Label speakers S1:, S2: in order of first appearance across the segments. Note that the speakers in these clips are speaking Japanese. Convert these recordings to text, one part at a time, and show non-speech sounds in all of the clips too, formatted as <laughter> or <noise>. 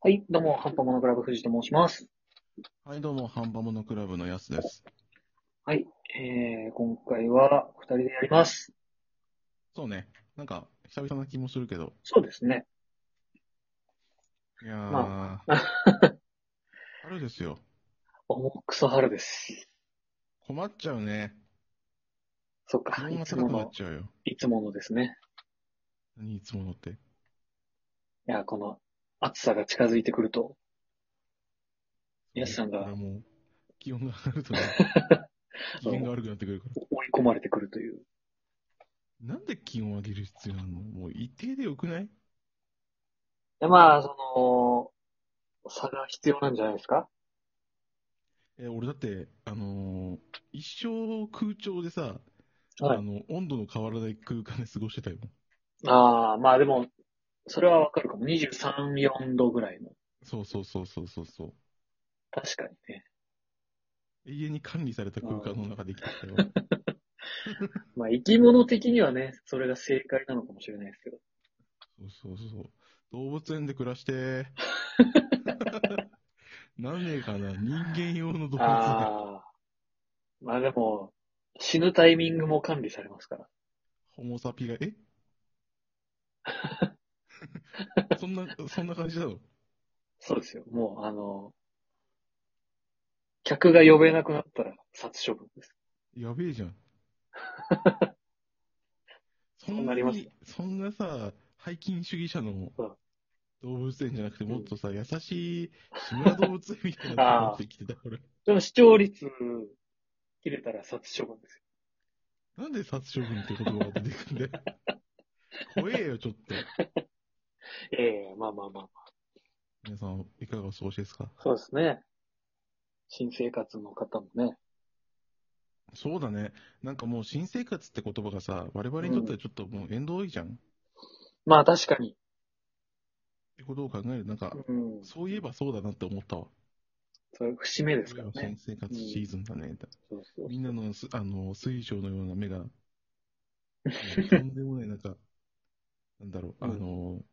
S1: はい、どうも、ハッパモノクラブ藤と申します。
S2: はい、どうも、ハンバモノクラブのやすです。
S1: はい、えー、今回は二人でやります。
S2: そうね、なんか、久々な気もするけど。
S1: そうですね。
S2: いやー、
S1: ま
S2: <laughs> あれですよ。
S1: 重くそ春です。
S2: 困っちゃうね。
S1: そっ
S2: 気
S1: か、
S2: 温
S1: い
S2: が
S1: つ
S2: 高
S1: も
S2: くなっ
S1: の、
S2: ちゃうよ。
S1: いつものですね。
S2: 何いつものって。
S1: いや、この暑さが近づいてくると、やすさん
S2: これ
S1: が
S2: はもう、気温が上がる
S1: <laughs>
S2: とね、機嫌が悪くなってくるか
S1: 追い込まれてくるという。
S2: ら。なんで気温を上げる必要なのもう一定でよくない
S1: でまあ、その、差が必要なんじゃないですか
S2: え、俺だって、あのー一生空調でさ、
S1: はい
S2: あの、温度の変わらない空間で過ごしてたよ。
S1: ああ、まあでも、それはわかるかも。23、4度ぐらいの。
S2: そうそうそうそうそうそう。
S1: 確かにね。
S2: 永遠に管理された空間の中で生きてたよ。
S1: まあ、生き物的にはね、それが正解なのかもしれないですけど。
S2: そうそうそう。動物園で暮らしてー。
S1: <laughs>
S2: 何年かな人間用の動物園。
S1: ああ。まあでも、死ぬタイミングも管理されますから。
S2: ホモサピが、
S1: <laughs>
S2: えそんな、そんな感じなの
S1: そうですよ。もう、あの、客が呼べなくなったら殺処分です。
S2: やべえじゃん。そ
S1: そうんな
S2: な
S1: ります
S2: に、そんなさ、背筋主義者の
S1: うん
S2: 動物園じゃなくて、もっとさ、優しい、島動物園みたいなところで来てた、俺。
S1: でも視聴率切れたら殺処分ですよ。
S2: なんで殺処分って言葉が出てくるんだよ。怖えよ、ちょっと。
S1: ええまあまあまあまあ。
S2: 皆さん、いかがお過ごしですか
S1: そうですね。新生活の方もね。
S2: そうだね。なんかもう新生活って言葉がさ、我々にとってはちょっともう縁遠いじゃん。っ
S1: まあ確かに。
S2: てことを考えるとなんか、
S1: うん。
S2: そういえばそうだなって思ったわ。
S1: それ節目ですから
S2: 新
S1: ね。
S2: 生活シーズンだね。
S1: そうそう
S2: みんなのすあの水晶のような <laughs> 目が、もうとんでもない、なんか、なんだろう、
S1: うん
S2: あの、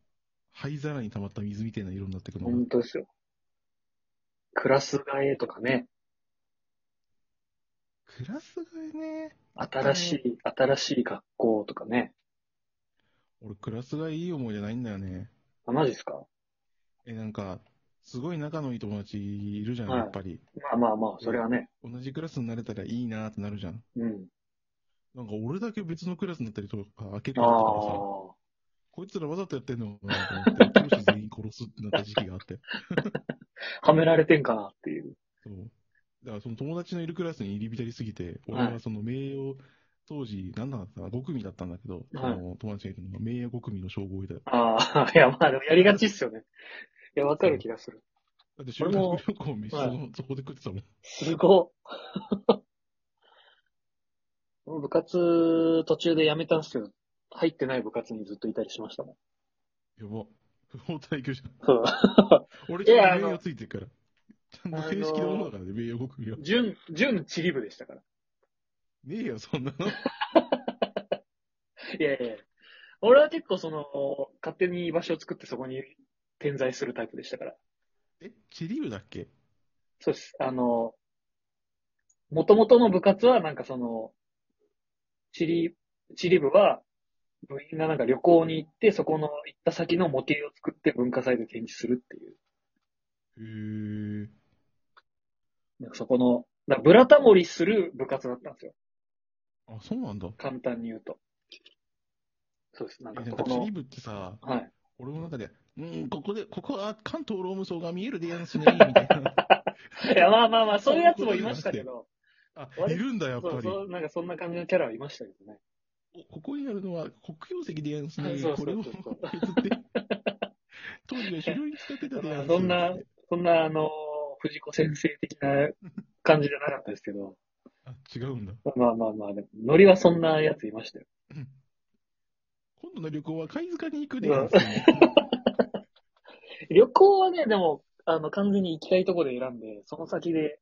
S2: 灰皿に溜まった水みたいな色になってくのが、
S1: 本当ですよ。クラス替えとかね。
S2: クラス替えね。
S1: 新し
S2: い。
S1: い、新しい学校とかね。
S2: 俺、クラス替えいい思いじゃないんだよね。
S1: あ、マジですか
S2: え、なんか、すごい仲のいい友達いるじゃん、
S1: はい
S2: やっぱり。
S1: まあまあまあ、それはね。
S2: 同じクラスになれたらいいなってなるじゃん。
S1: うん。
S2: なんか俺だけ別のクラスになったりとか、開け
S1: あ
S2: た
S1: あ
S2: りとかさ、こいつらわざとやってんのかなと思って、教師全員殺すってなった時期があって。
S1: ー、はめられてんかなっていう。
S2: そう。だからその友達のいるクラスに入り浸りすぎて、
S1: はい
S2: 俺はその名誉、当時、なんだったかな、5組だったんだけど、
S1: はい
S2: あの友達がいるのが名誉5組の称号をいただ
S1: ああ、 <laughs> いやまあでもやりがちっすよね。いや、わかる気がする。
S2: だって修
S1: 俺
S2: 学
S1: も
S2: 旅行飯、
S1: はい
S2: そのそこで食ってたもん。
S1: すごっ。 <laughs> 部活途中でやめたんですけど、入ってない部活にずっといたりしましたもん。
S2: やば。不法退去じゃん。
S1: そう。
S2: 俺
S1: い
S2: ち
S1: や
S2: ゃ
S1: あ
S2: んと
S1: の
S2: 名誉ついてるから。ちゃんと正式なものだからね、名誉5組は。
S1: 純、純チリ部でしたから。
S2: ねえよ、そんなの。
S1: いやいやいや俺は結構その、勝手に居場所を作ってそこに点在するタイプでしたから。
S2: え、チリ部だっけ
S1: そうです。あの、元々の部活はなんかその、チリ、チリ部は、部員がなんか旅行に行って、そこの行った先の模型を作って文化祭で展示するっていう。
S2: へえ。
S1: なんかそこの、だからブラタモリする部活だったんですよ。
S2: あ、そうなんだ。
S1: 簡単に言うと。そうです。なん
S2: え
S1: か
S2: なん
S1: そ
S2: か
S1: こ
S2: チ
S1: の
S2: リ、部ってさ、
S1: はい。
S2: 俺の中で、うん、ここで、ここは関東ローム層が見えるでやんす
S1: <laughs>
S2: ね、みたいな。
S1: いや、まあまあまあ、そういうやつもいましたけど、
S2: あ、い
S1: 割と
S2: るんだ、やっぱ
S1: そう
S2: り。
S1: そう、なんかそんな感じのキャラはいましたけどね。
S2: おここにあるのは黒曜石でやんす
S1: は
S2: ね
S1: いそう、そ
S2: こ
S1: う
S2: れ
S1: そう
S2: を削
S1: そう
S2: って、
S1: <laughs>
S2: 当時は狩猟に使ってたでやんすね。
S1: そんなそんな、あの、藤子先生的な感じじゃなかったですけど、
S2: あ、違うんだ。
S1: まあまあまあ、でも、ノリはそんなやついましたよ。
S2: 今度の旅行は貝塚に行くでやんすね。
S1: 旅行はね、でも、あの、完全に行きたいところで選んで、その先で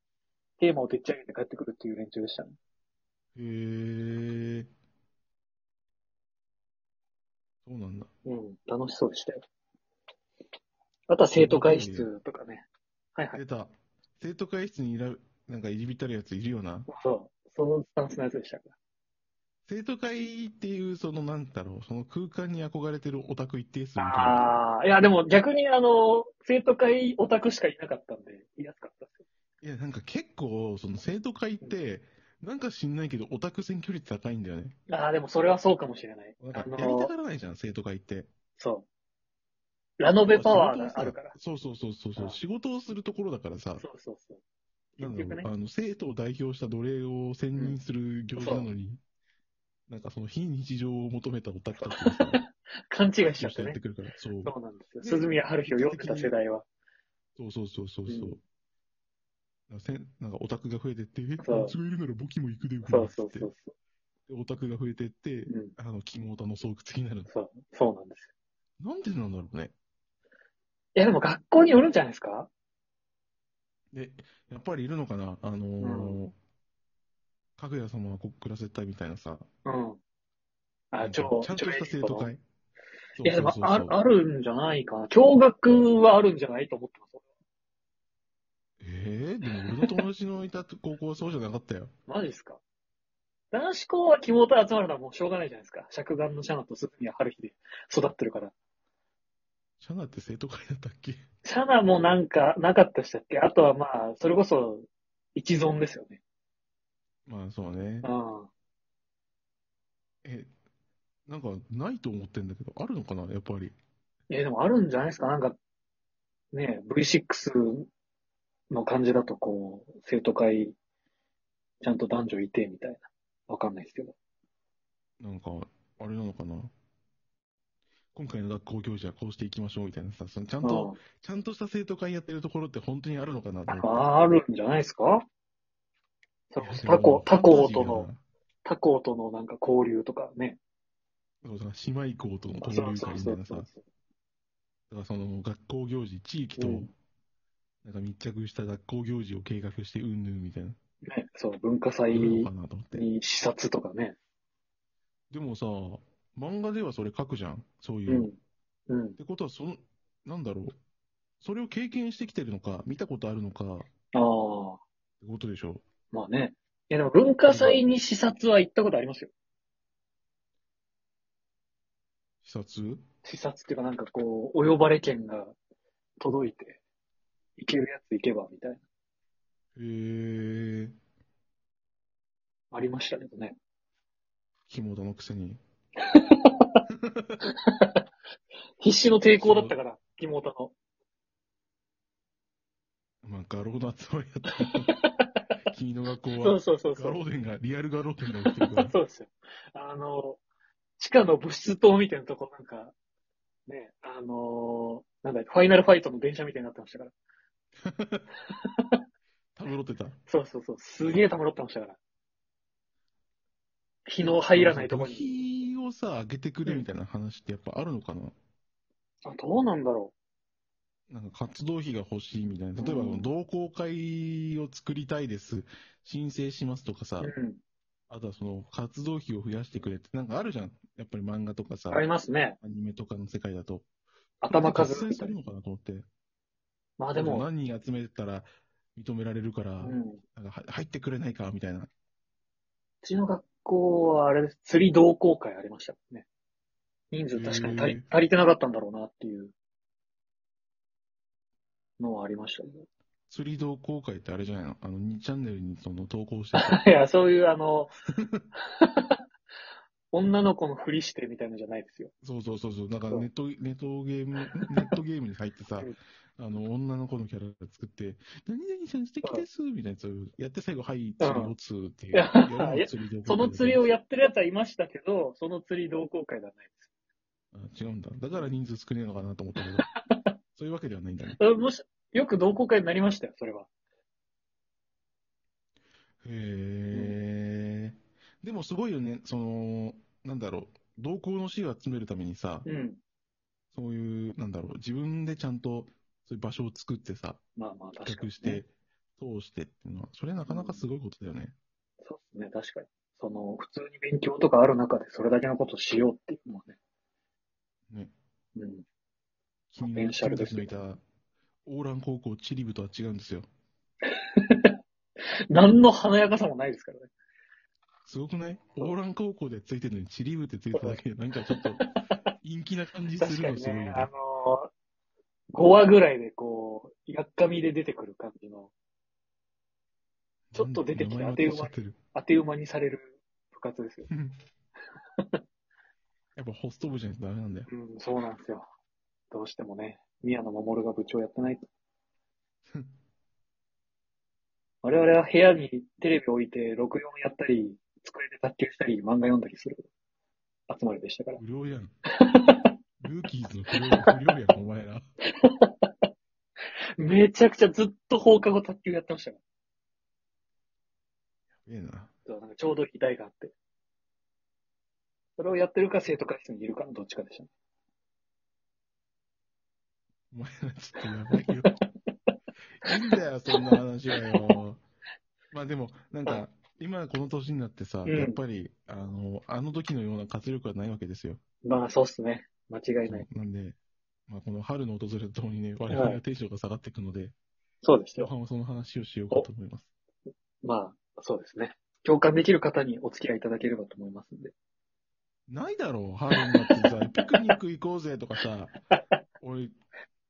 S1: テーマをでっち上げて帰ってくるっていう連中でしたね。
S2: へえ。そうなんだ。
S1: うん、楽しそうでしたよ。ああとは生徒会室とかね。はいはい。
S2: 出た。生徒会室にいら、なんか入り浸るやついるよな。
S1: そう。そのスタンスのやつでしたか
S2: 生徒会っていう、その、なんだろう、その空間に憧れてるオタク一定数みたい
S1: ら。
S2: な。
S1: ああ、いやでも逆にあの、生徒会オタクしかいなかったんで、いやすかったですよ。
S2: いや、なんか結構、その生徒会って、なんか知んないけど、オタク選挙率高いんだよね。
S1: ああ、でもそれはそうかもしれない。
S2: なん
S1: あ
S2: かやりた
S1: の
S2: が、らないじゃん、生徒会って。
S1: そう。ラノベパワーがあるから。
S2: そうそうそうそうそうう。
S1: ん
S2: 仕事をするところだからさ、
S1: そうそうそう。
S2: なん
S1: 結
S2: だろ
S1: 局ね
S2: う、あの、生徒を代表した奴隷を選任する行事なのに、なんかその非日常を求めたオタクたち
S1: <laughs>
S2: がさ、
S1: 勘違いしち
S2: そ
S1: ゃ
S2: う
S1: っ
S2: して
S1: て
S2: やっ
S1: ね
S2: て。くるから、そう。
S1: そうなんですよ。
S2: ね
S1: 鈴宮春日を読んでた世代は。
S2: そうそうそうそう
S1: うん
S2: そう。なんかせんなんかオタクが増えてって、え、
S1: そう
S2: うちがいるなら簿記も行くでよ
S1: そうそうそう
S2: で、オタクが増えてって、
S1: そう。うん。
S2: あの、キモオタの巣窟になる。
S1: そう。そうなんですよ。
S2: なんでなんだろうね。
S1: いやでも学校によるんじゃないですか
S2: で、やっぱりいるのかなあのー
S1: う
S2: かぐや様はここ暮らせたいみたいなさ。
S1: うん。
S2: な
S1: あ、
S2: んか
S1: 超、
S2: ちゃんとした生徒会。
S1: いや、でも
S2: そうそう
S1: あ
S2: そ
S1: る
S2: うそう、
S1: あるんじゃないかな。驚学はあるんじゃないと思ってます。
S2: ええでも俺の友達のいた高校はそうじゃなかったよ。 <laughs>
S1: マジですか男子校は肝と集まるのはもうしょうがないじゃないですか。尺眼のシャナと鈴宮春日で育ってるから。
S2: シャナって生徒会だったっけ <laughs>
S1: シャナもなんか、なかったでしたっけあとはまあ、それこそ、一存ですよね。
S2: まあそうね
S1: う。ん。
S2: え、なんかないと思ってんだけど、あるのかなやっぱり。
S1: えでもあるんじゃないですかなんか、ねえ V6 の感じだとこう、生徒会、ちゃんと男女いて、みたいな。わかんないですけど。
S2: なんか、あれなのかな今回の学校行事はこうしていきましょうみたいなさ、そのちゃん
S1: う
S2: と、
S1: ん
S2: ちゃんとした生徒会やってるところって本当にあるのかなと思って
S1: ああるんじゃないですかそれこそ他校、他校との、、他校とのなんか交流とかね。
S2: いやでもファンタジーだなそうだ姉妹校との
S1: そう
S2: 交流
S1: そう
S2: 会み
S1: そ
S2: たいな
S1: うそ
S2: さ、だ
S1: う
S2: か。らその学校行事、地域と
S1: うん、
S2: なんか密着した学校行事を計画してうんぬんみたいな、
S1: ね、そう、文化
S2: あ
S1: 祭
S2: るのか
S1: に
S2: なと思って。
S1: 視察とかね。
S2: でもさ、漫画ではそれ書くじゃん、そういううの。
S1: ん
S2: っ。
S1: うん。
S2: てことは、その、なんだろう、それを経験してきてるのか、見たことあるのか、っ
S1: ああ、
S2: てことでしょ
S1: まあね。いやでも文化祭に視察は行ったことありますよ。
S2: 視察
S1: 視察っていうかなんかこう、お呼ばれ券が届いて、行けるやつ行けばみたいな。
S2: へえ、
S1: ありましたけどね。
S2: 肝だのくせに。
S1: 必死の抵抗だったから、肝太の。
S2: まあ、画廊の集まりだっ
S1: <laughs>
S2: た。君の学校
S1: そう
S2: は、
S1: そうそうそ
S2: 画
S1: う。。
S2: 廊伝が、リアル画廊伝が起きてるから
S1: そうですよ。あの、地下の物質棟みたいなとこなんか、ね、あのなんだファイナルファイトの電車みたいになってましたから。
S2: たぶろってた。
S1: そうそうそう。すげえたまろってましたから。日の入らないとこに。
S2: 日をさ、上げてくれみたいな話ってやっぱあるのかな、
S1: あ、どうなんだろ
S2: なんか活動費が欲しいみたいな。例えば
S1: うん、
S2: 同好会を作りたいです。申請しますとか
S1: う。
S2: さ、
S1: うん。
S2: あとはその活動費を増やしてくれって、なんかあるじゃん。やっぱり漫画とかさ、
S1: ありますね。
S2: アニメとかの世界だと。
S1: 頭数
S2: 実
S1: み
S2: 際
S1: た
S2: さ
S1: い
S2: れ
S1: な。
S2: るのかなと思って。
S1: まあでも、
S2: 何人集めたら認められるから、
S1: うん。う
S2: なんかは入ってくれないかみたいな。
S1: ちの学校はあれです。釣り同好会ありましたもんね。人数確かに足
S2: へ
S1: り
S2: え
S1: 足りてなかったんだろうなっていうのはありましたけど。 <laughs>
S2: 釣り同好会ってあれじゃないのあの、2チャンネルにその投稿してた。
S1: いや、そういう、あ
S2: <laughs>
S1: の、女の子のふりしてみたいなのじゃないですよ。
S2: そうそうそうそう。なんか
S1: そう
S2: ネット、ネットゲー
S1: <laughs>
S2: ム、ネットゲームに入ってさ
S1: うん、
S2: あの、女の子のキャラ作って、何々さん素敵ですみたいなやつをやって最後、はい、釣りをつーっていう。
S1: いや
S2: やるの
S1: いや
S2: 釣り同好
S1: そ
S2: 会
S1: の釣りをやってるやつはいましたけど、その釣り同好会ではないです。
S2: あ違うんだ。だから人数少ねえのかなと思ったけど。
S1: <laughs>
S2: そういうわけではないんだね。
S1: それもし、よく同好会になりましたよ、それは。
S2: へえ。でもすごいよね、その、なんだろう。同行の死を集めるためにさ、
S1: うん。
S2: そういう、なんだろう、自分でちゃんと、そういう場所を作ってさ、
S1: まあまあ、確
S2: 企
S1: かに、
S2: 画
S1: ね。
S2: して、通してっていうのは、それなかなかすごいことだよね。
S1: そうですね、確かに。その、普通に勉強とかある中で、それだけのことをしようっていうのはね。
S2: ね。
S1: うん。
S2: 君
S1: ポテ
S2: の
S1: ンシャル
S2: 君
S1: で
S2: た
S1: す
S2: ち
S1: ね
S2: のいたオーラン高校チリ部とは違うんですよ。
S1: 何の華やかさもないですからね。
S2: すごくないオーラン高校でついてるのにチリ部ってついてただけで、なんかちょっと、陰気な感じす
S1: 確か
S2: るの
S1: に
S2: すごい
S1: ね、
S2: ね。
S1: あのー、5話ぐらいでこう、やっかみで出てくる感じの、ちょっと出てきた
S2: 名
S1: 当て
S2: 前
S1: 馬
S2: 忘れちゃってる。
S1: 当て馬にされる部活ですよ。
S2: <laughs> やっぱホスト部じゃないとダメなんだよ。
S1: うん、そうなんですよ。どうしてもね、宮野真守が部長やってない <laughs> と。我々は部屋にテレビ置いて、64やったり、机で卓球したり、漫画読んだりする集まりでしたから。
S2: 不良
S1: <laughs>
S2: やん。ルーキーズの不良不良やん、お前ら。
S1: めちゃくちゃずっと放課後卓球やってましたか
S2: ええな。
S1: ら。なんかちょうど議題があって。それをやってるか生徒会室にいるかのどっちかでしたね。
S2: お前らちょっとやばいよ。いいんだよ、そんな話はよ。まあでも、なんか、今この年になってさ、
S1: うん
S2: やっぱり、あの、あの時のような活力はないわけですよ。
S1: まあ、そうっすね。間違いない。
S2: なんで、まあこの春の訪れとともにね、我々はテンションが下がっていくので、
S1: そうです
S2: 後
S1: よ。
S2: 半はその話をしようかと思います。
S1: まあ、そうですね。共感できる方にお付き合いいただければと思いますんで。
S2: ないだろう、春になってさ、ピクニック行こうぜとか <laughs> さ、俺、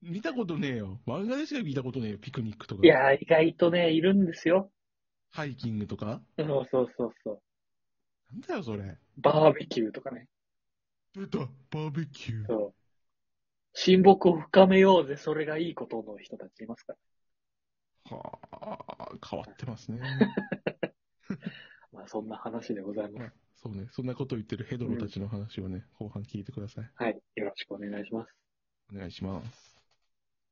S2: 見たことねえよ。漫画でしか見たことねえよ、ピクニックとか。
S1: いやー、意外とね、いるんですよ。
S2: ハイキングとか。
S1: そうそうそうそう。
S2: なんだよ、それ。
S1: バーベキューとかね。
S2: 豚、バーベキュー。
S1: そう。親睦を深めようぜ、それがいいことの人たちいますから。
S2: はあ、変わってますね。
S1: まあ、そんな話でございます。
S2: そうね、そんなこと言ってるヘドロたちの話をね、後半聞いてください。
S1: はい。よろしくお願いします。
S2: お願いします。